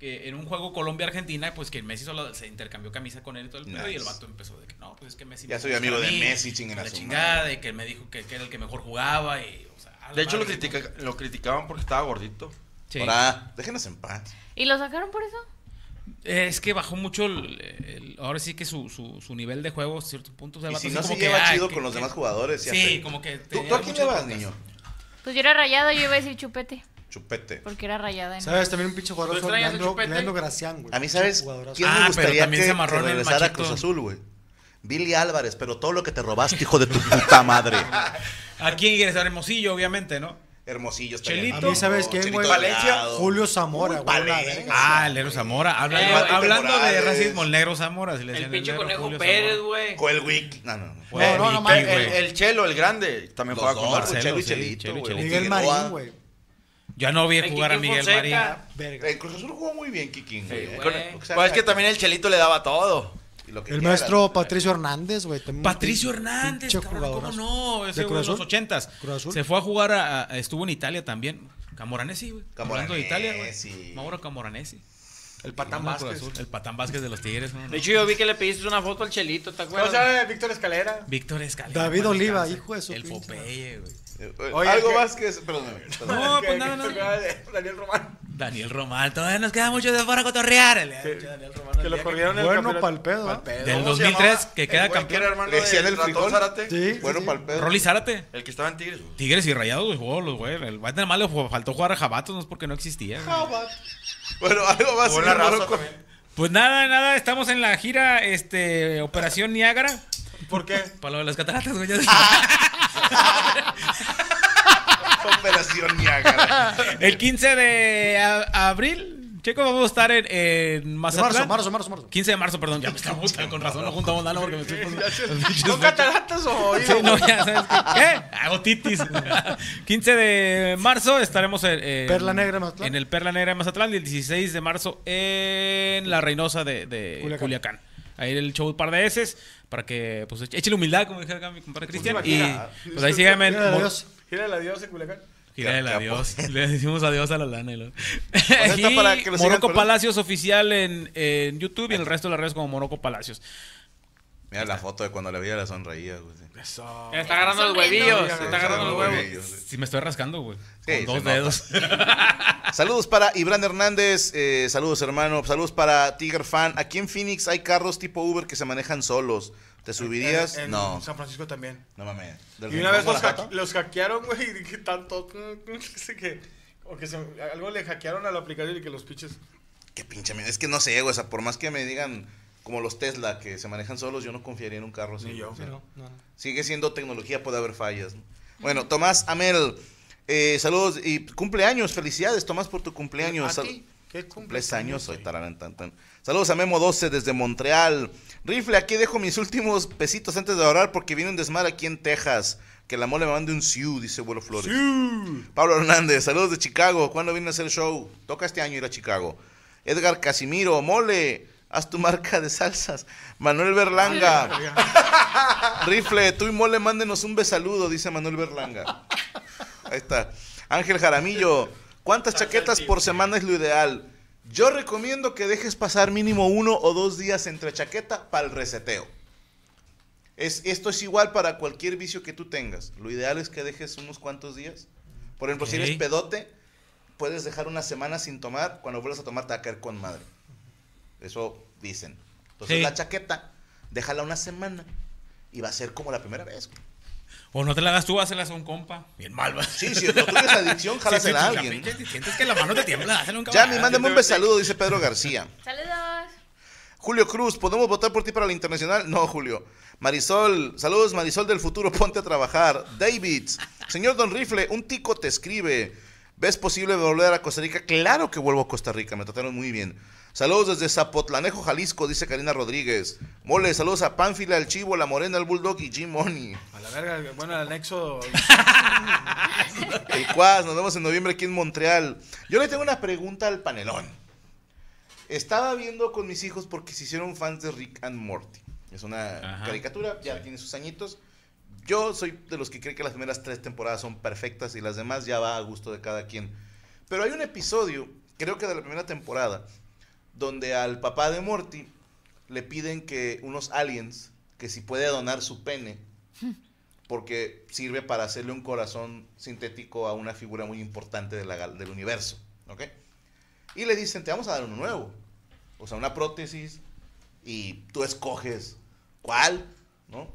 que en un juego Colombia-Argentina, pues que Messi solo se intercambió camisa con él y todo el pedo, y el vato empezó de que no, pues es que Messi. Ya me soy gusta amigo a de mí, Messi, chinguen a La su chingada, madre. de que él me dijo que, que era el que mejor jugaba y. O sea, a la De hecho, lo, madre, ¿no? critica- lo criticaban porque estaba gordito. Sí. Ahora, déjenos en paz. ¿Y lo sacaron por eso? Es que bajó mucho el, el- ahora sí que su, su, su nivel de juego, a cierto punto. o sea, el Y vato si así no se como que, lleva ah, chido que- con los que- demás jugadores. ya Sí, sé. como que ¿Tú, tenía tú a quién mucho le vas, contacto. niño? Pues yo era rayada, yo iba a decir chupete, Chupete. porque era rayada. en- ¿Sabes? También un pinche ¿Tú jugadorazo. extrañas a Leandro, Chupete? Leandro Gracián, güey. A mí, Pinche ¿sabes? jugadorazo. ¿Quién Ah, me pero gustaría también que, se amarró que en el regresara a machito. Cruz Azul, güey? Billy Álvarez, pero todo lo que te robaste, hijo de tu puta madre. Aquí en Hermosillo, obviamente, ¿no? Hermosillo. Chelito. Chelito. A mí, ¿sabes quién, güey? Julio Zamora, güey, una verga. Ah, el Nero Zamora. Habla- Eh, hab- hablando de Morales. racismo, el Nero Zamora. Si le El decían pinche Nero conejo Julio Pérez, Zamora. güey. Con el Wick. No, no. no. No, Güey, no, no, Mickey, mames, güey. el, el Chelo, el grande, también Los juega dos, con güey, Marcelo. Chelo y sí, Chelito, Chelo y güey. Chelito. Miguel Tigre Marín, Roa. güey. Yo no vi El jugar a Kikín Miguel Marín. Fonseca. Verga. El Cruz Azul jugó muy bien, Kikín. güey, eh. güey. Lo sea, Pues es que también el Chelito le daba todo. y lo que El quieras. maestro Patricio Hernández, güey. también un Patricio pin- Hernández, pinche cabrón, ¿cómo jugadorazo. no? Ese ¿De güey de Cruz los Azul? ochentas. Cruz Azul. Se fue a jugar, a, a- estuvo en Italia también. Camoranesi, güey. Hablando de Italia, güey. Camoranesi. Mauro Camoranesi. El Jugando patán en Cruz Vázquez. Azul. El patán Vázquez de los Tigres. ¿no? De hecho, yo vi que le pediste una foto al Chelito, ¿te ¿Cómo acuerdas? se llama Víctor Escalera? Víctor Escalera. David paz Oliva, descanse. hijo de su El pinche Popeye, güey. Eh, eh, Oye, Algo que- más que... Perdóname. perdóname. No, pues nada, Que nada. tocaba de Daniel Román. Daniel Román, todavía nos queda mucho de fuera cotorrear. Le ha dicho Daniel Román al Que lo día corrieron el Bueno, campeonato. pa'l pedo, ¿eh? Pa'l pedo. Del ¿Cómo se 2003 llamaba? El güey que queda que era campeón. hermano Le decían del el ratón frijol. Zárate. Sí, sí, Bueno, sí. para el pedo. Rolly Zárate. El que estaba en Tigres. güey. Tigres y Rayados, güey, jugó los güey. El Batman malo jugó- faltó jugar a Jabatos, no es porque no existía. güey. Bueno, algo más. Jugó en la señor raza Morocco. también. Pues nada, nada, estamos en la gira este Operación Niágara. ¿Por qué? Ah, Para lo de las cataratas, güey. ya dije. Operación Niágara. El 15 de a- abril, Checo, vamos a estar en, en Mazatlán. marzo, marzo, marzo, marzo. 15 de marzo, perdón, ya me está buscando, con razón no juntamos nada porque me estoy ¿Son cataratas o Sí, no, ya sabes que, ¿Qué? Hago titis. 15 de marzo estaremos en, en- Perla Negra, Mazatlán. En el Perla Negra de Mazatlán y el 16 de marzo en La Reynosa de, de Culiacán. Culiacán. Ahí el show un par de veces para que pues échale humildad, como dije acá mi compadre Cristian. y imagina. pues ahí síganme. en- Mira, adiós. Gira la diosa en Culiacán. Gira de adiós. Le decimos adiós a la lana. Y lo... Pues está Y para que lo sigan, Morocco perdón. Palacios oficial en, en YouTube y en el resto de las redes como Morocco Palacios. Mira la foto de cuando le veía la sonreía, güey. sí. Me está agarrando los huevillos, me está agarrando los huevos. Ellos, sí. Si me estoy rascando, güey. Sí, con dos se nota. dedos. Saludos para Ibran Hernández, eh, saludos hermano, saludos para Tiger Fan. Aquí en Phoenix hay carros tipo Uber que se manejan solos. ¿Te subirías? En- en no, San Francisco también. no mames. Y una vez los, hack- los hackearon, güey, y que tanto. que- que- o que se- algo le hackearon a la aplicación y que los pinches. Qué pinche miedo. Es que no sé, güey. O sea, por más que me digan como los Tesla que se manejan solos, yo no confiaría en un carro así. Ni yo. O sea, No, no, no. Sigue siendo tecnología, puede haber fallas. ¿no? Bueno, Tomás Amel, eh, saludos y cumpleaños, felicidades Tomás por tu cumpleaños. ¿A Sal- ti? ¿Qué Cumples años hoy, güey? tararán, tan, tan. Saludos a Memo 12 desde Montreal. Rifle, aquí dejo mis últimos pesitos antes de orar porque viene un desmadre aquí en Texas. Que la mole me mande un siu, dice Vuelo Flores. Pablo Hernández, saludos de Chicago. ¿Cuándo viene a hacer show? Toca este año ir a Chicago. Edgar Casimiro, Mole, haz tu marca de salsas. Manuel Berlanga, Rifle, tú y Mole, mándenos un besaludo, dice Manuel Berlanga. Ahí está. Ángel Jaramillo, ¿cuántas chaquetas por semana es lo ideal? Yo recomiendo que dejes pasar mínimo uno o dos días entre chaqueta para el reseteo. Es, esto es igual para cualquier vicio que tú tengas. Lo ideal es que dejes unos cuantos días. Por ejemplo, si eres Ok. pedote, puedes dejar una semana sin tomar. Cuando vuelvas a tomar, te va a caer con madre. Eso dicen. Entonces, Sí. la chaqueta, déjala una semana y va a ser como la primera vez. güey. O no te la das tú, hácelas a un compa. Bien mal, va. Sí, si no tienes adicción, Sí, sí, jálasela a sí, la alguien. pinche- Sientes que la mano te tiembla, hazle a un cabrón. Yami, mándame un besaludo, dice Pedro García. Saludos. Julio Cruz, ¿podemos votar por ti para la internacional? No, Julio. Marisol, saludos, Marisol del futuro, ponte a trabajar. David, señor Don Rifle, un tico te escribe. ¿Ves posible volver a Costa Rica? Claro que vuelvo a Costa Rica, me trataron muy bien. Saludos desde Zapotlanejo, Jalisco, dice Karina Rodríguez. Mole, saludos a Pánfila, el Chivo, la Morena, el Bulldog y Jim Money. A la verga, bueno, el anexo. El Cuas, nos vemos en noviembre aquí en Montreal. Yo le tengo una pregunta al panelón. Estaba viendo con mis hijos porque se hicieron fans de Rick and Morty. Es una Ajá. caricatura, ya tiene sus añitos. Yo soy de los que cree que las primeras tres temporadas son perfectas y las demás ya va a gusto de cada quien. Pero hay un episodio, creo que de la primera temporada, donde al papá de Morty le piden que unos aliens, que si puede donar su pene, porque sirve para hacerle un corazón sintético a una figura muy importante de la gal- del universo. ¿ok? Y le dicen, te vamos a dar uno nuevo. O sea, una prótesis y tú escoges cuál, ¿no?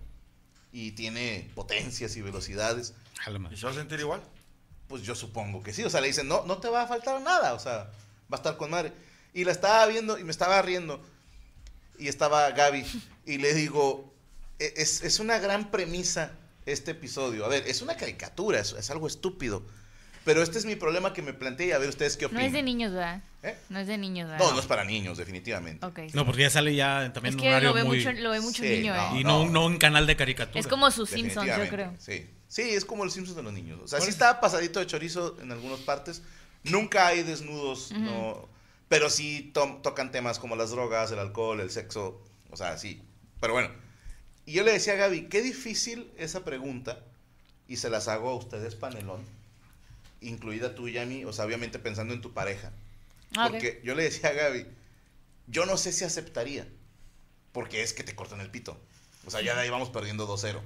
Y tiene potencias y velocidades. Jala, madre. ¿Y se va a sentir igual? Pues yo supongo que sí. O sea, le dicen, no, no te va a faltar nada. O sea, va a estar con madre. Y la estaba viendo y me estaba riendo. Y estaba Gaby. Y le digo, "E- es, es una gran premisa este episodio. A ver, es una caricatura, es, es algo estúpido. Pero este es mi problema que me planteé y a ver ustedes qué No opinan. es de niños, ¿verdad? ¿Eh? No es de niños, ¿verdad? No, no es para niños, definitivamente. Ok. No, porque ya sale ya también es un que horario lo ve, muy... mucho, lo ve mucho Sí, niño, no. ¿eh? Y no, no un canal de caricatura. Es como sus Simpsons, yo creo. Definitivamente, Sí. sí, es como el Simpsons de los niños. O sea, sí estaba pasadito de chorizo en algunas partes. Nunca hay desnudos, no, pero sí to- tocan temas como las drogas, el alcohol, el sexo. O sea, sí. Pero bueno. Y yo le decía a Gaby, qué difícil esa pregunta. Y se las hago a ustedes, panelón. Incluida tú, Yami. O sea, obviamente pensando en tu pareja. Ah, ok. Porque yo le decía a Gaby, yo no sé si aceptaría, porque es que te cortan el pito. O sea, ya de ahí vamos perdiendo 2-0.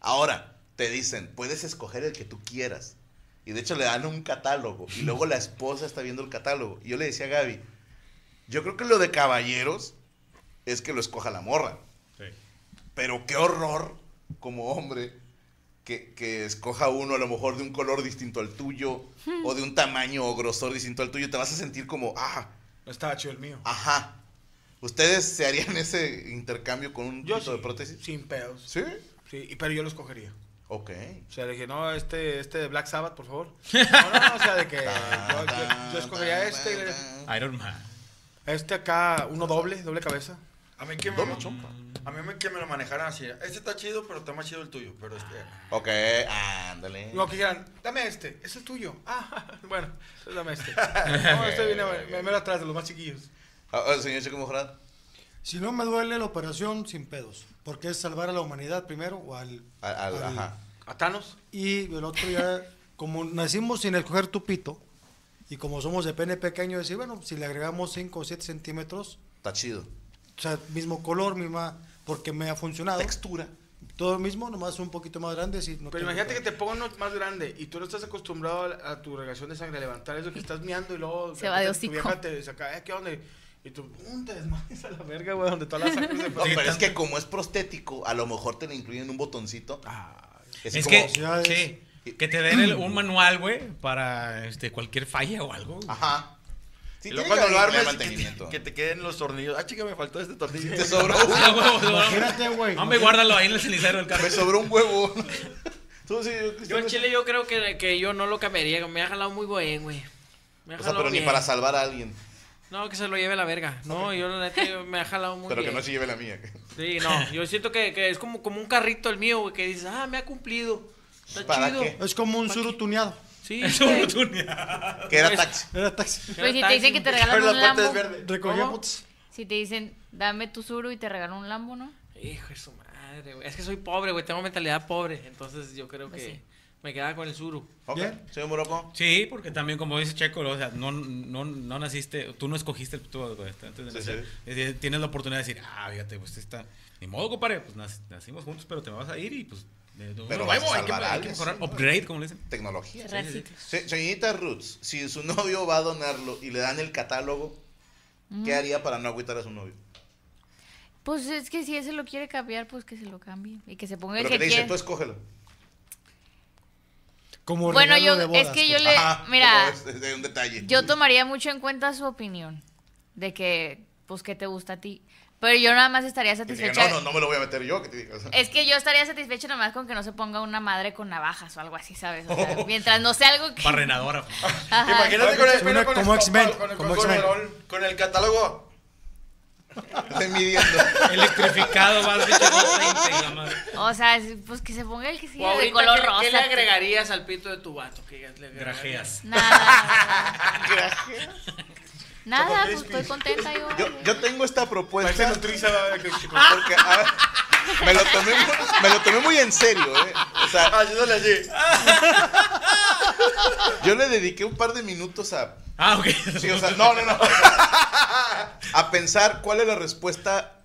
Ahora, te dicen, puedes escoger el que tú quieras. Y de hecho le dan un catálogo. Y luego la esposa está viendo el catálogo. Y yo le decía a Gaby, yo creo que lo de caballeros es que lo escoja la morra. Pero qué horror como hombre que, que escoja uno a lo mejor de un color distinto al tuyo o de un tamaño o grosor distinto al tuyo. Te vas a sentir como, ah, No estaba chido el mío. ajá. ¿Ustedes se harían ese intercambio con un Yo tipo sí, de prótesis? Sin pedos. ¿Sí? Sí, y- pero yo los cogería. Ok. O sea, le dije, no, este, este de Black Sabbath, por favor. No, no, no, o sea, de que yo, yo- yo escogería este, y le- Iron Man. este acá, uno doble, doble cabeza. A mí Ah. que me, Doble chompa. a mí me- que me lo manejaran así. Este está chido, pero está más chido el tuyo. Pero este, Ok, ándale. No, que dijeran, dame este, es el tuyo. Ah, bueno, entonces dame este. No, este viene me- mero atrás de los más chiquillos. Ah, ah, señor Checo Mojarrat, Si no me duele la operación, sin pedos. Porque es salvar a la humanidad primero o al. al- al- al- ajá. ¿A Thanos? Y el otro ya, como nacimos sin escoger tu pito, y como somos de pene pequeño, decir, bueno, si le agregamos 5 o 7 centímetros, Está chido. o sea, mismo color, misma, porque me ha funcionado. Textura. Todo lo mismo, nomás un poquito más grande. Si no Pero tengo imagínate que problema. te pongan uno más grande y tú no estás acostumbrado a, a tu relación de sangre, a levantar eso que estás miando y luego Se va de tu hocico. vieja te saca, eh, ¿qué onda? Y tú, un te desmayas a la verga, güey, donde toda la sangre se No, fue. pero es que como es prostético, a lo mejor te le incluyen un botoncito. Ah. Es, así que, como- Ya es- sí, que te den el- un manual, güey, para este, cualquier falla o algo. Ah, güey. Ajá. Sí, y luego tiene cuando que lo haber un armes, que mantenimiento. te, que te queden los tornillos. Ah, chica, me faltó este tornillo. Te sobró Ah, güey, uno. güey, güey. Imagínate, güey. Hombre, guárdalo ahí en el cenicero del carro. Me sobró un huevo. Tú sí, Yo en Chile yo creo que, que yo no lo cambiaría. Me ha jalado muy bien, güey. Me ha O sea, jalado pero ni bien. para salvar a alguien. No, que se lo lleve la verga. No, yo la neta yo- me ha jalado muy Pero que bien. no se lleve la mía. Sí, no. Yo siento que, que es como, como un carrito el mío, güey, que dices, ah, me ha cumplido. Está ¿Para chido. qué? Es como un surutuneado. Sí. Pues Es güey. oportunidad. Que era taxi. Era taxi. Pero Pues si te dicen que te regalan Ahora un la parte Lambo. es verde. Recogíamos. Si te dicen, dame tu suru y te regalan un Lambo, ¿no? Hijo de su madre, güey. Es que soy pobre, güey. Tengo mentalidad pobre. Entonces yo creo Pues que sí. me quedaba con el suru. Ok, señor Morocco. Sí, porque también, como dice Checo, o sea, no, no, no naciste, tú no escogiste el tubo, güey. Antes de Sí, nacer. Es decir, Tienes la oportunidad de decir, ah, fíjate, pues está. Ni modo, compadre, pues nac- nacimos juntos, pero te vas a ir y pues. de- de- Pero nos vas a vemos, hay que- salvar a hay que alguien, mejorar. sí. Upgrade, como le dicen. Tecnología. Sí, sí, sí. Se- señorita Roots, si su novio va a donarlo y le dan el catálogo, ¿qué haría para no agüitar a su novio? Pues es que si ese lo quiere cambiar, pues que se lo cambie. Y que se ponga el Pero que que le dice, pues, quiere. tú escógelo. Como Bueno, regalo yo- de bodas, es que yo pues. le. mira, como es- es un detalle. yo tomaría mucho en cuenta su opinión. De que, pues, que te gusta a ti. Pero yo nada más estaría Que diga, no, satisfecha. no, no me lo voy a meter yo. Que te diga. Es que yo estaría satisfecha nomás con que no se ponga una madre con navajas o algo así, ¿sabes? O sea, mientras no sea algo que. Barrenadora. pues. Ajá. Imagínate con el Una- con como el- X-Men, con el- como con X-Men. el- Con el catálogo. Estoy midiendo. Electrificado, vas, bicho, vas 20, la madre. O sea, es- pues que se ponga el que O sea de ahorita, color ¿qué, rosa. ¿Qué le agregarías al pito de tu vato? ¿Qué le agregarías? Grajeas. Nada. Nada, pues estoy contenta yo. Yo, yo tengo esta Parece propuesta. nutriza ¿verdad? que chico. Porque, a ver, me lo tomé, muy- me lo tomé muy en serio, ¿eh? O sea, Ayúdale allí. yo le dediqué un par de minutos a. Ah, ok. Sí, o sea, no, no, no. A pensar cuál es la respuesta.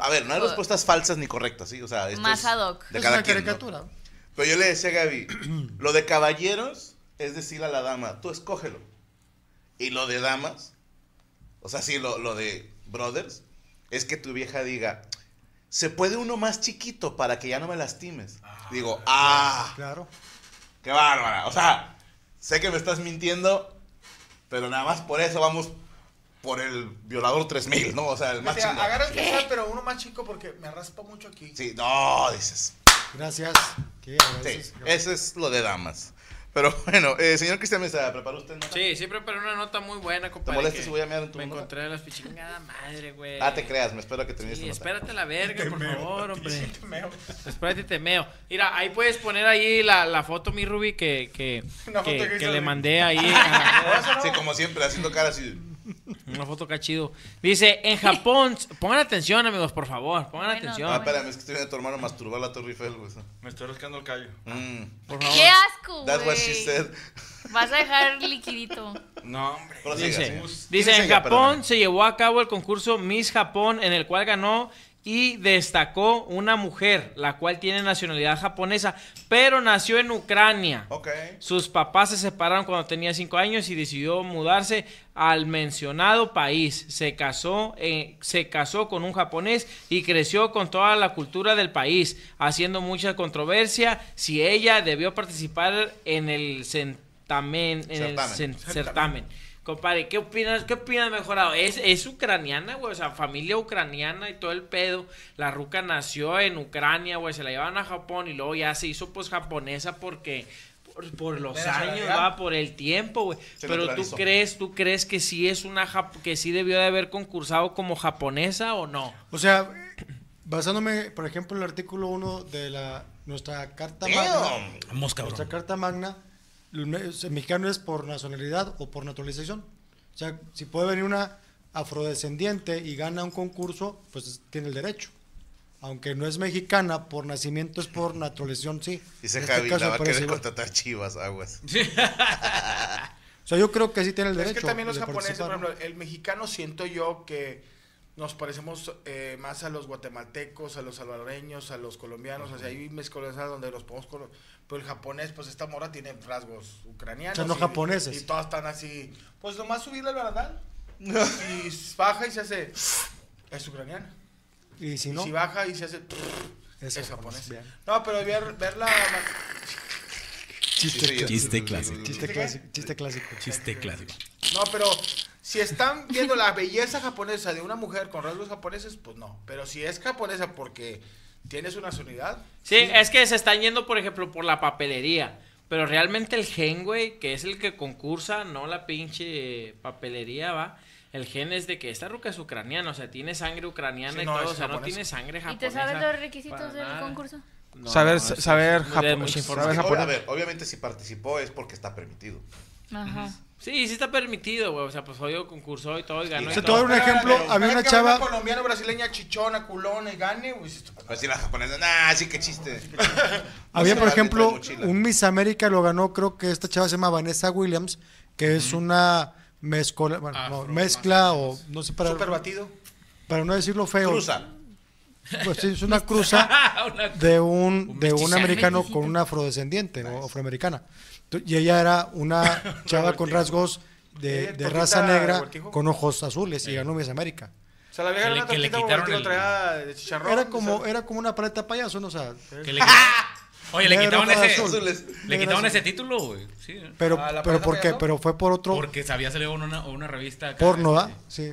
A ver, no hay respuestas falsas ni correctas, ¿sí? O sea, esto Más es ad hoc. De Es cada una quien, ¿no? caricatura. Pero yo le decía a Gaby, lo de caballeros es decirle a la dama, tú escógelo. Y lo de damas, o sea, sí, lo, lo de brothers, es que tu vieja diga, se puede uno más chiquito para que ya no me lastimes. Digo, ah, Claro. qué bárbara. O sea, sé que me estás mintiendo, pero nada más por eso vamos por el violador 3000, ¿no? O sea, Pues el más Decía, chingón. Agarra el que sea, pero uno más chico porque me raspa mucho aquí. Sí, no, dices. Gracias. Qué Sí, agradeces. eso es lo de damas. Pero bueno, eh, señor Cristian Mesa, ¿preparó usted? nota? Sí, sí preparé una nota muy buena, compadre. molesta que si voy a mear en tu Me nota? encontré de las pichingada madre, güey. Ah, te creas, me espero que termines Sí, tu nota. espérate la verga, por favor, hombre. Meo. Espérate, te meo. Mira, ahí puedes poner ahí la, la foto, mi Ruby, que, que, Una que- foto que que hizo le de- mandé ahí. a- Sí, como siempre, haciendo caras y... una foto cachido. Dice, en Japón, pongan atención, amigos, por favor, pongan Bueno, Ah, atención. espérame, es que estoy viendo a tu hermano masturbar la Torre Eiffel, güey. Me estoy rascando el callo. Mm, Por favor. Qué asco, that's what she güey. said. Vas a dejar liquidito. No, hombre. Prosiga, Dice, señor. dice, en Prosiga, Japón perdóname. se llevó a cabo el concurso Miss Japón, en el cual ganó y destacó una mujer, la cual tiene nacionalidad japonesa, pero nació en Ucrania. Ok. Sus papás se separaron cuando tenía cinco años y decidió mudarse al mencionado país. Se casó, eh, se casó con un japonés y creció con toda la cultura del país, haciendo mucha controversia si ella debió participar en el certamen. En el Certamen. cen- certamen. Compadre, ¿qué opinas? ¿Qué opinas mejorado? ¿Es, es ucraniana, güey, o sea, familia ucraniana y todo el pedo. La ruca nació en Ucrania, güey, se la llevaron a Japón y luego ya se hizo pues japonesa porque por, por los años, nacionalidad. va, por el tiempo, güey. Se Pero tú naturalizó. crees, tú crees que sí es una jap- que sí debió de haber concursado como japonesa o no? O sea, basándome, por ejemplo, en el artículo 1 de la, nuestra Carta Magna. Damn. Vamos, cabrón. Nuestra Carta Magna, el me- el mexicano es por nacionalidad o por naturalización. O sea, si puede venir una afrodescendiente y gana un concurso, pues es- tiene el derecho. Aunque no es mexicana, por nacimiento es por naturalización, sí. Dice En este Javi, caso la va a parece querer igual. contratar chivas, aguas. O sea, yo creo que sí tiene el Es derecho. que también los de japoneses, por participar, ¿no? ejemplo, el mexicano siento yo que nos parecemos eh, más a los guatemaltecos, a los salvadoreños, a los colombianos, o sea, hay mezcolanzas donde los podemos colo- pero el japonés, pues esta mora tiene rasgos ucranianos. O sea, no y- japoneses. Y todas están así, pues nomás subirle al barandal y s- baja y se hace, es ucraniana. Y si Y no, si baja y se hace, Es es, japonés. japonés. Bien. No, pero ver, verla... chiste, Sí, sí, chiste, Chiste clásico. chiste clásico. Chiste clásico. Chiste clásico. No, pero si están viendo la belleza japonesa de una mujer con rasgos japoneses, pues no. Pero si es japonesa porque tienes una nacionalidad, Sí, es que se están yendo, por ejemplo, por la papelería. Pero realmente el gen, güey, que es el que concursa, no la pinche papelería, va. El gen es de que esta ruca es ucraniana, o sea, tiene sangre ucraniana Sí, y no, todo, es o sea, no japonesa. tiene sangre ¿Y japonesa. te sabes los para requisitos del nada. concurso? No, saber no, eso es saber, muy- japo- es mucha saber información. Ahora, a japonés. ver, obviamente si participó es porque está permitido. Ajá. Sí, sí está permitido, güey. O sea, pues hoy concursó y todo y ganó. Se y te voy a todo. dar un ejemplo. Pero, Había ¿para una que chava. Una colombiana, brasileña, chichona, culona y gane, güey. dices tú, Pero si la japonesa, nah, sí, qué chiste. Había, No se vale por ejemplo, traer mochila. un Miss América lo ganó, creo que esta chava se llama Vanessa Williams, que es una mezcola- bueno, no, Afro, mezcla o no sé para, Súper batido. para no decirlo feo. Cruza. Pues sí, es una cruza Una- de un, de un mestizaje. americano con una afrodescendiente o afroamericana. Tu- Y ella era una chava con rasgos de, Eh, de tortita raza negra revoltijo. con ojos azules y ganó Miss América. O sea, la vieja Que era le- una que le tortita como quitaron vertigo, el- traía de chicharrón. Era como, o sea, era como una paleta payaso, ¿no? O sea, Que le quit- Oye, le Negro quitaron con ese. azul. Le quitaron ese título, güey. Sí. ¿eh? pero, Ah, ¿la pero paleta ¿por qué? payaso? Pero fue por otro Porque sabía salió una, una revista. acá, porno, ¿verdad? este, Sí.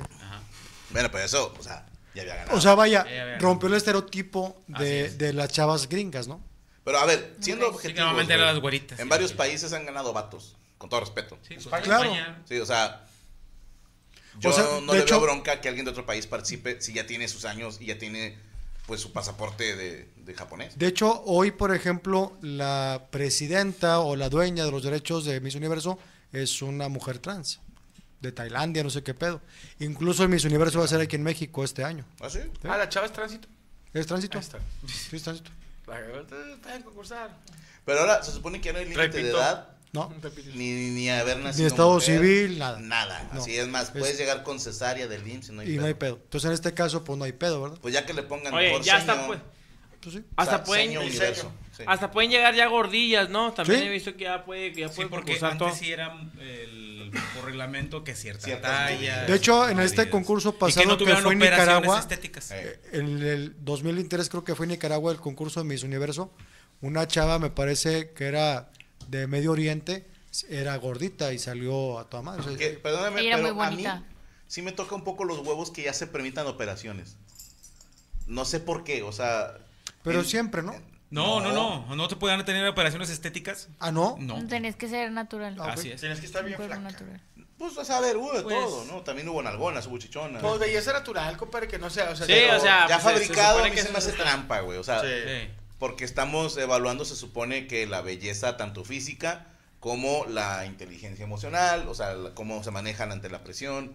Bueno, pues eso, o sea, ya había ganado. O sea, vaya, Ya, ya, ya. rompió el estereotipo Así de, es. de las chavas gringas, ¿no? Pero a ver, siendo Sí, que objetivos, normalmente eran güey, las güeritas. en sí, varios güey. países han ganado vatos, con todo respeto. Sí, Sí, pues, España. Claro. España. o sea, yo sea, de no le hecho- veo bronca que alguien de otro país participe si ya tiene sus años y ya tiene pues su pasaporte de, de japonés. De hecho, hoy, por ejemplo, la presidenta o la dueña de los derechos de Miss Universo es una mujer trans, de Tailandia, no sé qué pedo. Incluso el Miss Universo va a ser aquí en México este año. ¿Ah, sí? Ah, la chava es tránsito. ¿Es tránsito? Ahí está. Sí, es tránsito. La está en concursar. Pero ahora se supone que ya no hay límite de Repito. edad No. ni, ni haber nacido estado mujer, civil, nada. Nada, No. así es más, Es- puedes llegar con cesárea del IMSS y no hay, Y no pedo. hay pedo. Entonces, en este caso, pues no hay pedo, ¿verdad? Pues ya que le pongan Oye, mejor ya seño, está, pues. Pues sí. Hasta se- pueden- seño el universo, seño. sí. Hasta pueden llegar ya gordillas, ¿no? También Sí. he visto que ya puede, que ya Sí, puede porque concursar antes todo. sí era el, por reglamento que cierta Ciertas medidas. talla. De hecho, en este medidas. concurso Y pasado que tuvieron fue en operaciones Nicaragua, estéticas. Eh, En el 2003 creo que fue en Nicaragua el concurso de Miss Universo. Una chava, me parece que era de Medio Oriente, era gordita y salió a toda madre. O sea, Que, perdóname, Ella era pero muy a mí bonita. sí me toca un poco los huevos que ya se permitan operaciones. No sé por qué, o sea... pero en- siempre, ¿no? No, no, no. No te podían tener operaciones estéticas. Ah, no. No. No tenés que ser natural. Ah, ok. Así es. Tienes que estar Un bien cuerpo flaca. natural. Pues, o sea, a ver, hubo de Pues- todo, ¿no? También hubo nalgonas, hubo chichonas. Pues belleza natural, compadre, que no sea. O sea, Sí, pero- o sea, ya pues, se- se fabricado supone a mí se que eso me hace es- trampa, güey. O sea, Sí. Sí. porque estamos evaluando, se supone que la belleza tanto física como la inteligencia emocional, o sea, la- cómo se manejan ante la presión,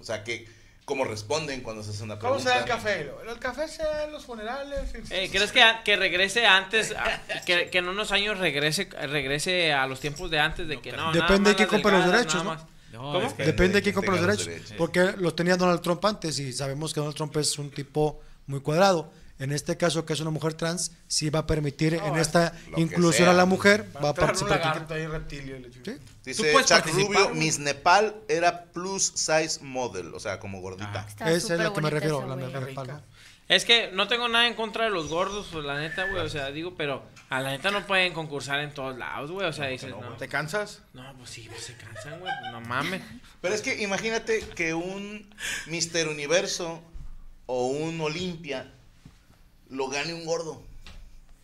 o sea, que cómo responden cuando se hace una ¿Cómo se da pregunta. el café? Lo- El café se da en los funerales. Eh, ¿Crees que, que regrese antes, a- que, que en unos años regrese regrese a los tiempos de antes de que no? Depende nada más de quién las compre los delgadas, derechos, nada ¿no? más? No, ¿Cómo? es que- Depende de quién quién compra los tenga los derechos. derechos. Porque los tenía Donald Trump antes y sabemos que Donald Trump es un tipo muy cuadrado. En este caso, que es una mujer trans, sí va a permitir en esta lo que inclusión sea. a la mujer, va a entrar un participar. lagarto ahí, reptilio. y le- Sí. Dice puedes Chuck participar, Rubio, güey. Miss Nepal era plus size model, o sea, como Ah, gordita. Está Esa es súper la que me bonita refiero, esa la güey. de Nepal, ¿no? Es que no tengo nada en contra de los gordos, pues la neta, güey. O sea, digo, pero a la neta no pueden concursar en todos lados, güey. O sea, dices, no. ¿Te cansas? No, pues sí, pues se cansan, güey. No mames. Pero es que imagínate que un Mister Universo o un Olimpia lo gane un gordo.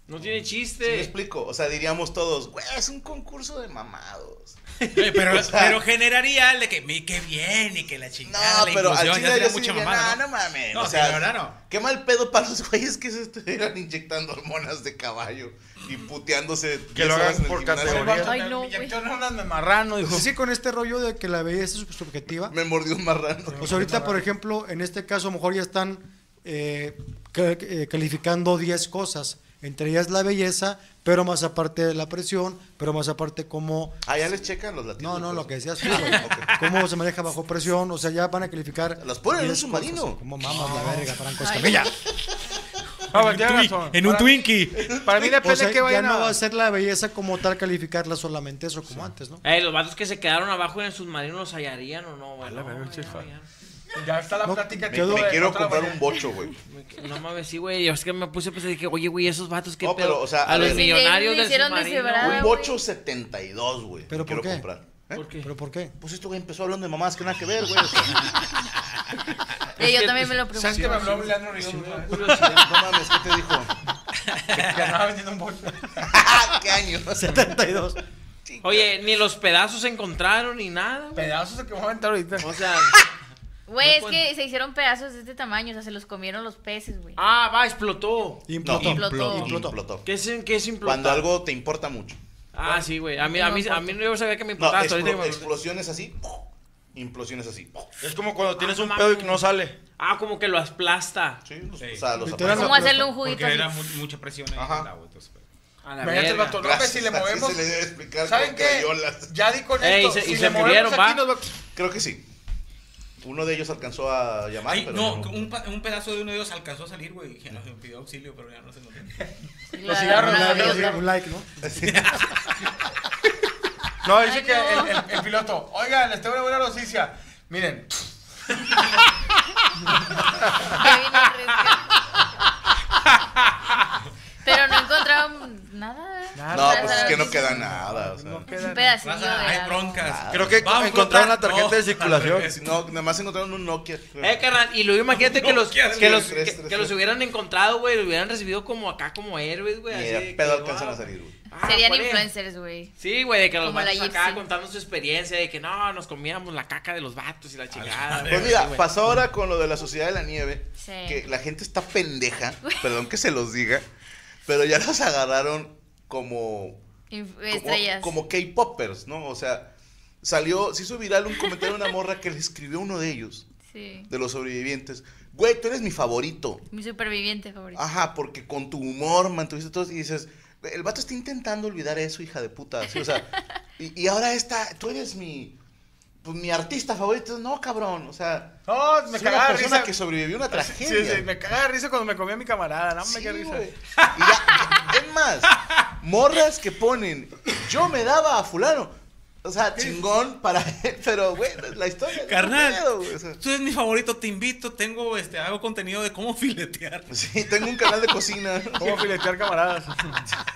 No tiene ¿Sí me chiste. explico? O sea, diríamos todos, güey, es un concurso de mamados. Oye, pero, O sea- pero generaría el de que, mi, qué bien y que la No, chingada. la pero al inclusión, chile ya yo sería sí mucha diría, "Ah, mamada, no, no mames. No, o sí, sea, la verdad no. Qué mal pedo para los güeyes que se estuvieran inyectando hormonas de caballo y puteándose. Que lo 10 horas hagan en el por gimnasio. categoría. Ay, no, Me pues. güey. inyectó unas de marrano, dijo. Sí, sí, con este rollo de que la belleza es subjetiva. Me mordió un marrano. Pues ahorita, por ejemplo, en este caso, a lo mejor ya están eh, ca- eh, calificando 10 cosas. Entre ellas la belleza, pero más aparte de la presión, pero más aparte cómo. Ah, ya les checan los latinos. No, no, pues. lo que decías tú, güey. Cómo se maneja bajo presión, o sea, ya van a calificar. Las ponen en un 10 submarino. cosas. Cómo mamas la verga, Franco Escamilla. Ah, bueno, tienes Twi- razón. en un Para- Twinkie. Para mí O depende sea, que ya vayan no va a. a ser la belleza como tal calificarla solamente eso, como antes, ¿no? Eh, los vatos que se quedaron abajo en el submarino los hallarían o no, güey. No, verga, güey, chifa. no, ya. Ya está la No, plática. Me, Quedó- me de- quiero otra comprar manera. un bocho, güey. Me que- No mames, sí, güey. Yo es que me puse a pensar dije, oye, güey, esos vatos, ¿qué No, pedo? pero, o sea, a, a los ver. Pues, millonarios Le del hicieron submarino, deshebrada, güey. Un güey. bocho 72, güey. ¿Pero Me quiero por qué? comprar. ¿Eh? ¿Por qué? ¿Pero por qué? Pues este güey empezó hablando de mamás que nada que ver, güey. o sea, Eh, yo también me lo ¿Sabes que pregunto. me habló Leandro Ríos? güey? Curiosidad. no mames, ¿qué te dijo? Que andaba vendiendo un bocho. ¿Qué año? 72. Oye, ni los pedazos se encontraron ni nada, güey. Pedazos que me voy a aventar ahorita. O sea, Güey, No es pueden- que se hicieron pedazos de este tamaño, o sea, se los comieron los peces, güey. Ah, va, explotó. Implotó. implotó. Implotó. ¿Qué es, qué es implotar? Cuando algo te importa mucho. Ah, sí, güey. A mí, a mí, a mí no yo sabía que me No, importaba. hasta ahorita explo- que me- explosiones así, implosiones así. Es como cuando tienes un mami. pedo y que no sale. Ah, como que lo aplasta. Sí, o sea, los Literal, apaga. ¿Cómo hacerle un juguito Porque así? era mu- mucha presión ahí en el agua, entonces, pues. A la Imagínate el verga. vato, no, hombre, si le Así movemos. se le debe explicar ¿Saben con qué? crayolas. Ya di con Ey, esto. se- y si se le movemos murieron, aquí, va. nos va- Creo que sí. Uno de ellos alcanzó a llamar, Ay, pero no, no. un, pa- un pedazo de uno de ellos alcanzó a salir, güey. y nos pidió auxilio, pero ya no se encontró. Los cigarros, la- Un like, un like, ¿no? No, dice Ay, que no. el, el- el piloto, oigan, les tengo una buena noticia. Miren, Pero no encontraron nada. Ah, No, pues es que no queda nada. o sea. Un pedacito de. Raza, hay algo. broncas. Creo que Va a encontraron la flotar. tarjeta de No, circulación. No, nada más encontraron un Nokia. Eh, carnal, y luego imagínate que los, No, que, los, tres, tres, que, que los tres. hubieran encontrado, güey, lo hubieran recibido como acá, como héroes, güey. Ni así de de pedo que, alcanzan wow. a salir, güey. Ah, Serían ¿cuál es? influencers, güey. Sí, güey, de que los Como la vatos acá Gypsy. contando su experiencia de que no, nos comíamos la caca de los vatos y la chingada. Pues güey, mira, así, güey. pasó ahora con lo de la Sociedad de la Nieve, Sí. que la gente está pendeja, perdón que se los diga, pero ya los agarraron como Inf- como, Estrellas. como K-poppers, ¿no? O sea, salió, se hizo viral un comentario de una morra que le escribió a uno de ellos, Sí. de los sobrevivientes. Güey, tú eres mi favorito. Mi superviviente favorito. Ajá, porque con tu humor mantuviste todo y dices, el vato está intentando olvidar eso, hija de puta. sí, o sea, y, y ahora está, tú eres mi, pues, mi artista favorito. No, cabrón, o sea, no, me es una cagaba de persona risa. que sobrevivió a una Sí, tragedia. sí, me cagaba de risa cuando me comía mi camarada, no, me Sí, qué risa. güey. Y ya, es más, morras que ponen, yo me daba a fulano. O sea, chingón para él, pero güey, la historia. no Carnal. puedo, güey, o sea, Tú eres mi favorito, te invito, tengo, este, hago contenido de cómo filetear. sí, tengo un canal de cocina. ¿Cómo filetear camaradas? A,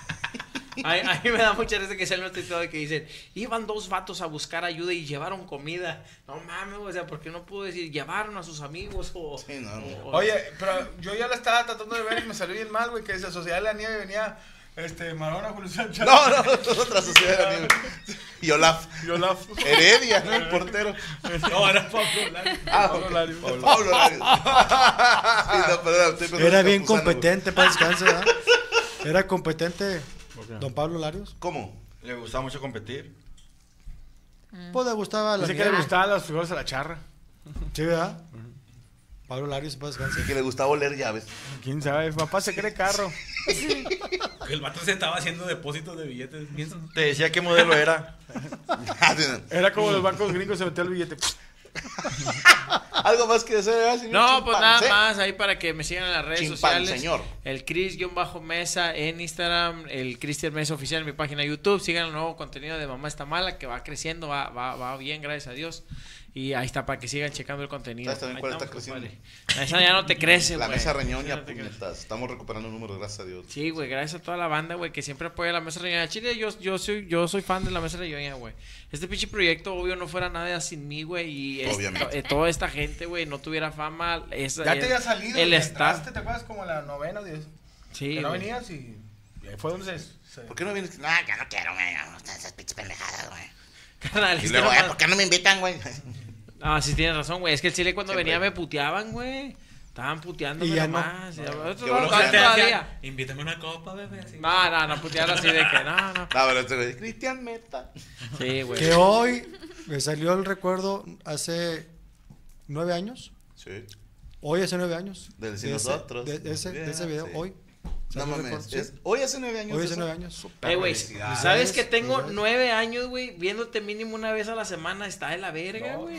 mí- a mí me da mucha risa que sea el testigo de que dicen, iban dos vatos a buscar ayuda y llevaron comida. No mames, güey, o sea, ¿por qué no puedo decir, llevaron a sus amigos o... Sí, no, no. o- Oye, pero yo ya la estaba tratando de ver y me salió bien mal, güey, que esa Sociedad de la Nieve venía este, Marona, Julio Sánchez. No, no, no, es otra sociedad de la nieve. Y Olaf. Yo la... Pues, Heredia, ¿no? El portero. No, era Pablo Blanco. Ah, Pablo ok. Larios. Pablo Larios. Sí, Pues no, perdón, estoy pensando Era en bien Campuzano, competente para descanso, ¿verdad? Era competente don Pablo Larios. güey. ¿Cómo? Le gusta mucho competir. Pues le gustaba la Dice que le nieve. gustaban las figuras a la charra. Sí, ¿verdad? Pablo Larios, para descanso. Y que le gustaba oler llaves. ¿Quién sabe? Papá se cree carro. El vato se estaba haciendo depósitos de billetes. bien- Te decía qué modelo era. Era como los bancos gringos se metía el billete. Algo más que hacer, señor No, pues nada chimpancé? más, ahí para que me sigan en las redes Chimpancé, sociales. Eh, señor. El Cris-Mesa en Instagram, el Cristian Mesa oficial en mi página de YouTube. Sigan el nuevo contenido de Mamá está mala que va creciendo, va, va, va bien, gracias a Dios. Y ahí está, para que sigan checando el contenido. ¿Sabes también Ahí cuál está estamos, creciendo? compadre. La mesa ya no te crece, La güey. mesa reñoña, Ya no te crece. puñetas. Estamos recuperando números, gracias a Dios. Sí, güey, gracias a toda la banda, güey, que siempre apoya la mesa reñoña. Chile, yo, yo soy, yo soy fan de la mesa reñoña, güey. Este pinche proyecto, obvio, no fuera nada sin mí, güey. Y es- Obviamente. eh, toda esta gente, güey, no tuviera fama. Esa, Ya te había el- salido. El te staff. entraste, ¿Te acuerdas como la novena o diez? Sí, que no güey. venías y, y ahí fue donde se... se- ¿Por qué no vienes? No, ya no quiero, güey. No, esas pinches pendejadas, güey. Carnal, Y es luego, que eh, nomás- ¿por qué no me invitan, güey? Ah, sí tienes razón, güey. Es que el chile cuando Siempre. venía me puteaban, güey. Estaban puteando Y ya no. nomás. Ya- Otro Qué bueno no, que ya no, no. todavía. Invítame una copa, bebé. así. No, no, no puteaban así de que no, no. No, pero este güey, Cristian Meta. Sí, Que Pues. güey. hoy me salió el recuerdo hace nueve años. Sí. Hoy hace nueve años. Del Si De ese- Nosotros. De, de ese, de ese video, Sí. hoy. No salió el mames. recuerdo, es- sí. Hoy hace nueve años. Hoy de hace eso. nueve años. Eh, güey, Felicidades. ¿sabes que tengo Felicidades. nueve años, güey, viéndote mínimo una vez a la semana? Está de la verga, güey.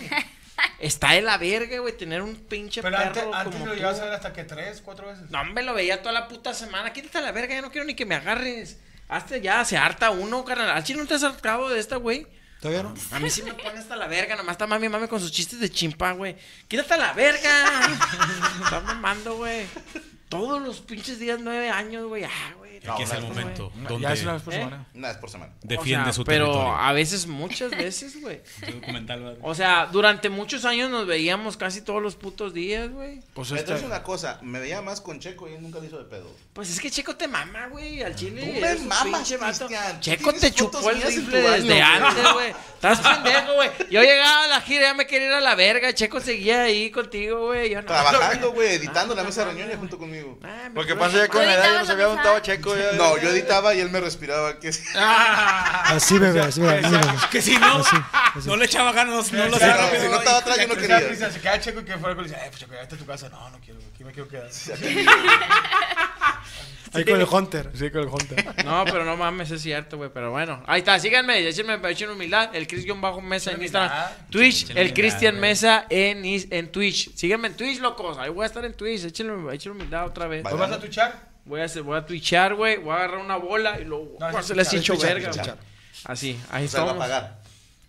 Está de la verga, güey, tener un pinche Pero antes, perro antes como lo tú. llevas a ver hasta que tres, cuatro veces. No, me lo veía toda la puta semana. Quítate a la verga, ya no quiero ni que me agarres. Hasta ya, se harta uno, carnal. Al chile no te has hartado de esta, güey. ¿Todavía no? A mí sí me pone hasta la verga, nomás está mami mami con sus chistes de chimpa, güey. Quítate a la verga. Está mamando, güey. Todos los pinches días, nueve años, güey. Ah, güey. Aquí es el momento. donde Ya es una vez por ¿Eh? semana. Una vez por semana. Defiende O sea, su pero territorio. a veces, muchas veces, güey. documental, ¿verdad? O sea, durante muchos años nos veíamos casi todos los putos días, güey. Pues Pero es una cosa, me veía más con Checo y él nunca le hizo de pedo. Pues es que Checo te mama, güey, al chile. Tú me eres un mamas, pinche vato. Cristian. Checo Tienes te fotos chupó el mías en rifle tu baño, desde güey. antes, güey. Estás pendejo, güey. Yo llegaba a la gira, ya me quería ir a la verga. Checo seguía ahí contigo, güey. Yo no. Trabajando, güey, editando la mesa de reuniones junto conmigo. Ah, Ah, Lo que pasa es que con la edad yo no sabía dónde estaba Checo. ya- No, yo editaba y él me respiraba. Que sí. Ah, Así, bebé, así, bebé. así, bebé. Que si no, Así. no le echaba ganas, no, no lo Sí, hacía no, rápido. si no estaba atrás, yo no quería. Se queda Checo y que fuera con le dice, eh, pues Checo, ya está tu casa. No, no quiero, güey, aquí me quiero quedar. Ahí con el Hunter. Sí, con el Hunter. No, pero no mames, es cierto, güey. Pero bueno, ahí está. Síganme, échenme, echen humildad. El Cristian Bajo Mesa en Instagram. Twitch, Echen el humildad, Cristian güey. Mesa en, is- en Twitch. Síganme en Twitch, locos. Ahí voy a estar en Twitch. Échenme, echen humildad otra vez. ¿Hoy vas a Pues tuchar? Voy a, hacer, voy a twitchar, güey. Voy a agarrar una bola y luego No, voy a es hacerle así, twitchar, hecho es twitchar, verga. twitchar. güey. Así, ahí O sea, va a estamos. pagar.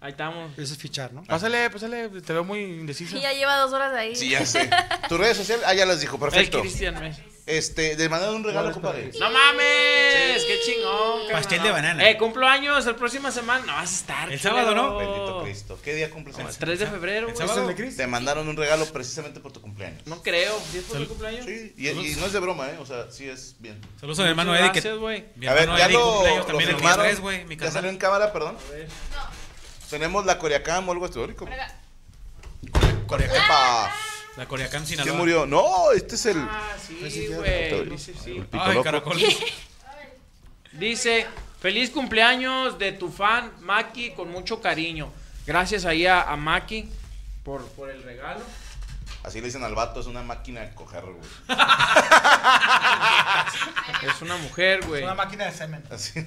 Ahí estamos. Ese es fichar, ¿no? Pásale, pásale. Te veo muy indeciso. Y ya lleva dos horas ahí. Sí, ya sé. Tus redes sociales, ah, ya las dijo, perfecto. El Cristian Mesa. Este, de mandar un regalo, compadre. ¡No mames! ¡Qué chingón! carnal! Pastel de banana. Eh, cumplo años la próxima semana. No vas a estar. El sábado, ¿no? culero. Bendito Cristo. ¿Qué día cumples en No, el 3 de febrero, Oh. El güey. sábado. Te mandaron un regalo precisamente por tu cumpleaños. No creo. ¿Sí es por mi cumpleaños? Sí, y, y no es de broma, ¿eh? O sea, sí es bien. Saludos a mi hermano Eddie. Gracias, Que, güey. mi A ver, hermano ya Eddie, lo, cumpleaños lo también el firmaron. viernes, güey. Mi ya salió en carnal. cámara, perdón. Tenemos la Coreacam o algo histórico. ¡Epa! La Coreacán Sinaloa. ¿Quién murió? No, este es el. Ah, sí, güey. Dice, sí. El pico Ay, loco. caracol. Dice, feliz cumpleaños de tu fan, Maki, con mucho cariño. Gracias ahí a, a Maki por, por el regalo. Así le dicen al vato, es una máquina de coger, güey. Es una mujer, güey. Una máquina de semen. Así.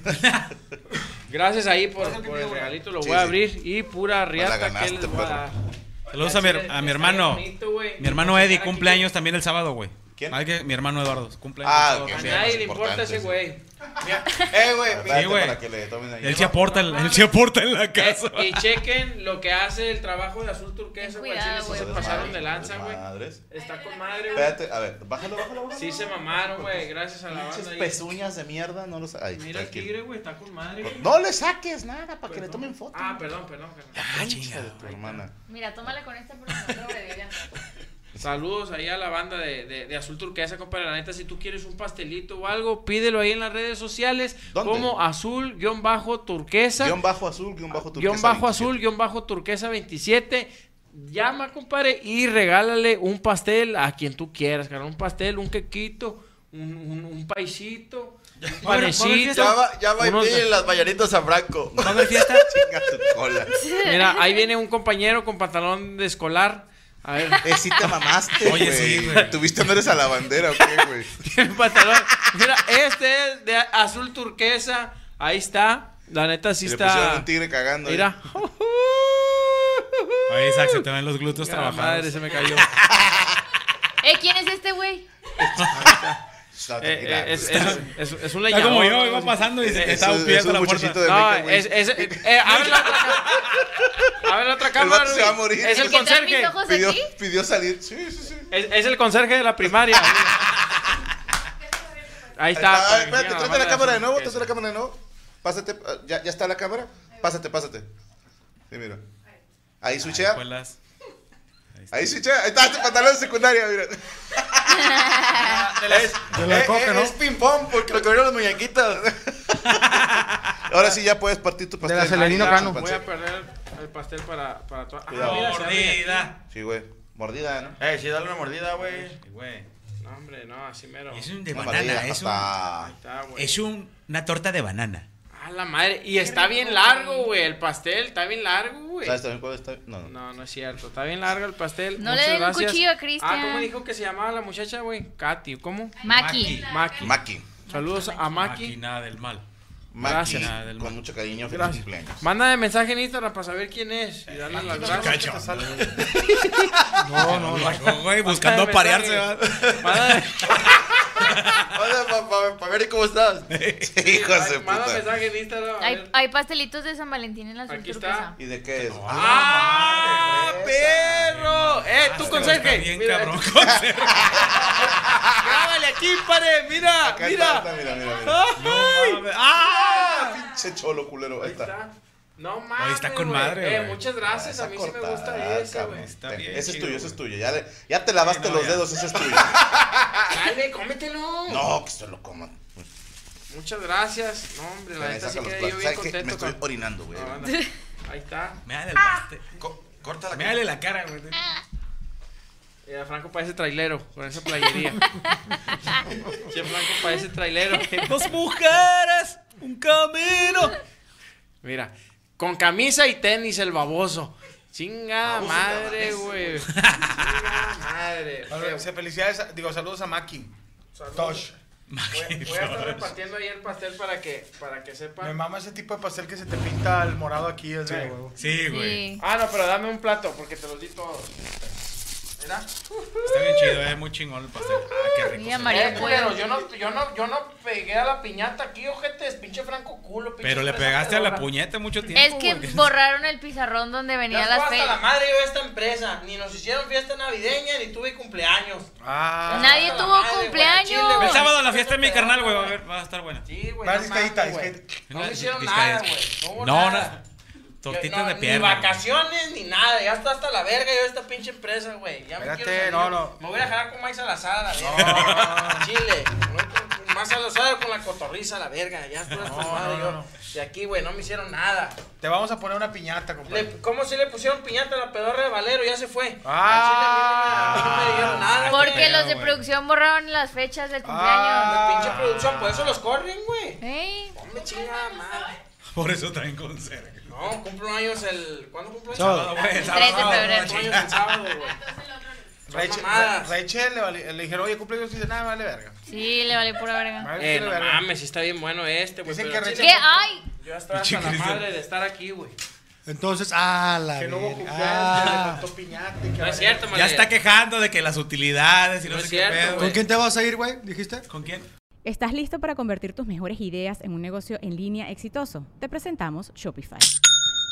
Gracias ahí por, por el regalito, lo Sí, voy a sí. Pues abrir y pura riata ganaste, pues. que les voy a perro. dar. Saludos a mi, a mi hermano. Mi hermano Eddie, cumpleaños también el sábado, güey. ¿Quién? Ay, que- mi hermano Eduardo, cumpleaños. Ah, el ok. A Sí, nadie más le importa importante, ese sí. güey. Eh, güey. espérate güey. Para que le tomen ahí. sábado. Él se aporta, en- él se aporta en la Eh, casa. y chequen lo que hace el trabajo de Azul Turquesa, Ten güey. al cuidado, chile sí güey. se Madres, pasaron de lanza, güey. madres. Está con madre, güey. Espérate, a ver, bájalo, bájalo, bájalo. Sí se mamaron, güey. Gracias a la Pinches banda. ahí. pezuñas de mierda, no los. Ay, Mira el tranquilo. tigre, güey, está con madre. güey. No le saques nada para Pues, que le Perdón. tomen foto. Ah, perdón, perdón, carnal. Ah, chinga de tu hermana. Mira, tómala con esta porque no te lo voy a beber ya. Saludos ahí a la banda de, de- de Azul Turquesa, compadre. La neta, si tú quieres un pastelito o algo, pídelo ahí en las redes sociales ¿Dónde? como azul-turquesa. Guión bajo azul, guión bajo turquesa. guión bajo azul, guión bajo turquesa 27. Llama, compadre, y regálale un pastel a quien tú quieras, carnal. Un pastel, un quequito, un, un, un paisito, un Va a haber- va a haber panecito. Pues, Ya va, ya va y unos- pídele las bailaritas a Franco. ¿Va a haber fiesta? Chinga tu cola. Mira, ahí viene un compañero con pantalón de escolar. A ver, Eh, sí te mamaste, Oye, Oye, sí, sí, güey. Tuviste honores a la bandera, ¿o qué, güey? tiene un pantalón. Mira, este es de azul turquesa. Ahí está. La neta sí Y Le pusieron está. un tigre cagando. ahí. Mira. Ahí, Isaac, se te ven los glúteos Ah, madre, trabajados. se me cayó. Eh, ¿quién es este güey? No, Eh, eh, mira, es, pues, es- es- es un Está leñador. como yo, iba pasando y es- se es estaba un- es pidiendo un la muchachito puerta. de No, Meca, güey. es, es, eh, eh, abre la otra ca- abre la otra cámara. vato se va a Luis. morir. Es el El que ¿Que trae mis conserje. ojos pidió, aquí? pidió salir. Sí, sí, sí. Es, es el conserje de la primaria. Ahí está. pues, Ah, para que espérate, vean trate la banda cámara de azul nuevo, turquesa. trate la cámara de nuevo. Pásate, ah, ya, ya está la cámara. Pásate, pásate. Sí, mira. Ahí switchea. Escuelas. Ahí switchea. Ahí está, tu pantalón de secundaria, mira. De la Eh, coca, eh, ¿no? Es ping-pong porque lo comieron las muñequitas. Ahora sí ya puedes partir tu pastel. la Celerino Ah, Cano. Voy a perder el pastel para, para tu. Ah, Cuidado. mira, se abre aquí. Mordida. Sí, güey. Mordida, ¿no? Eh, sí, dale una mordida, güey. Güey. No, hombre, no, así mero. Es un de Una banana, mordida, es un- papá. Está, Ah, güey. Es un- una torta de banana. A la madre. Y está bien largo, güey. El pastel está bien largo, güey. ¿Sabes también cuál está? No, no. No, no es cierto. Está bien largo el pastel. No Muchas le den un gracias. cuchillo a Cristian. Ah, ¿cómo dijo que se llamaba la muchacha, güey? Katy, ¿cómo? Maki. Maki. Maki. Saludos a Maki. Máquina del mal. Maki. Gracias. Con mucho cariño, feliz Gracias. cumpleaños. Mándame mensaje en Instagram para saber quién es. Y darle las gracias. Cacho. No, no, no. Güey, buscando Mándame aparearse. Ah, mensaje. ¿verdad? Mándame- para ver cómo estás. Hijos de Manda puta. mensaje en Instagram. a Hay, ver. hay pastelitos de San Valentín en la azul Aquí turquesa. ¿Y de qué es? ¡Ah, perro! ¡Eh, tú conserje! Mira. ¡Grábale aquí, pare! ¡Mira, Acá Ah, mira! está, está, mira, mira, mira. ¡Ay! Ah, ¡Ah! pinche cholo culero. Ahí está. No mames. está con güey. madre, Eh, güey. muchas gracias. A mí sí me gusta Ah, ese, cabrón. güey. Ten, bien Ese es chido, tuyo, ese es tuyo. Ya, le- ya te lavaste Sí, no, los ya. dedos, ese es tuyo. Dale, Ah, cómetelo. No, que se lo coman. Muchas gracias. No, hombre, la Ahí neta sí saca los quedé platos. yo bien ¿Sabes qué? Me contento. estoy con- Ah, orinando, güey. No, anda. Ahí está. Me dale el Ah. paste. Corta la Me dale la cara, güey. Mira, Eh, Franco parece trailero con esa playería. che, Franco parece trailero. Dos mujeres, un camino. Mira, con camisa y tenis el baboso. Chinga Baboso madre, cabanés, güey. Chinga madre. A ver, se- Felicidades, a- digo, saludos a Maki. Tosh. Voy, voy a estar repartiendo ahí el pastel para que, para que Me sepan. mama ese tipo de pastel que se te pinta el morado aquí. Es de- Sí, güey. Sí. Ah, no, pero dame un plato porque te los di todos. Mira. Está bien chido, eh. Muy chingón el pastel. Ah, qué rico. Mira, se María, pues. ve. Eh, culero, yo no, yo, no, yo no pegué a la piñata aquí, ojete, es pinche Franco culo, pinche Pero le empresa pegaste a la pedorra. puñeta mucho tiempo. Es que güey. borraron el pizarrón donde venía Ya las hasta la fechas. madre yo de esta empresa. Ni nos hicieron fiesta navideña, ni tuve cumpleaños. Ah. Nadie Hasta la tuvo madre, güey, cumpleaños. al chile, güey. El sábado la fiesta de mi carnal, güey. Va a ver, va a estar buena. Sí, güey. Más no discadita, mames, güey. discadita. No me hicieron Discaídas. nada, güey. No, No, nada. no. Tortitas Yo- no, de pierna. Ni vacaciones, ni nada. Ya está hasta la verga yo de esta pinche empresa, güey. Ya me Espérate, quiero salir. no, no. Me voy a dejar con maíz a la sala, verga. Chile. No, Más a la sala con la cotorriza, la verga. Ya estuve hasta No, su madre no, yo. no. De aquí, güey, no me hicieron nada. Te vamos a poner una piñata, Le- compadre. ¿Cómo si le pusieron piñata a la pedorra de Valero? Ya se fue. Ah. Al chile a mí no me- a mí no me dijeron nada. Ah, güey. Ah, Porque los de güey. producción borraron las fechas del cumpleaños. La pinche producción, por eso los corren, güey. ¿Eh? No me chinga madre. Por eso traen conserje. No, cumplo años el. ¿Cuándo cumplo años? Sábado, güey, El sábado, 3 de sábado, febrero. cumplo años el sábado, güey. Rachel, mamadas. Rachel le, vali- le dijeron, oye, cumpleaños. Y dice, nada, vale verga. Sí, le vale pura verga. Vale, Eh, vale no verga. mames, sí está bien bueno este, güey. Dicen pero que chile, ¿Qué hay? Yo ya estaba Pinche hasta la Cristian. madre de estar aquí, güey. Entonces, ah, la Que no hubo verga, cumpleaños, que le ah. faltó piñata. y que No vale es cierto, Ya madre. está quejando de que las utilidades y no, No es sé qué cierto, pedo. ¿Con güey. quién te vas a ir, güey? ¿Dijiste? ¿Con quién? ¿Estás listo para convertir tus mejores ideas en un negocio en línea exitoso? Te presentamos Shopify.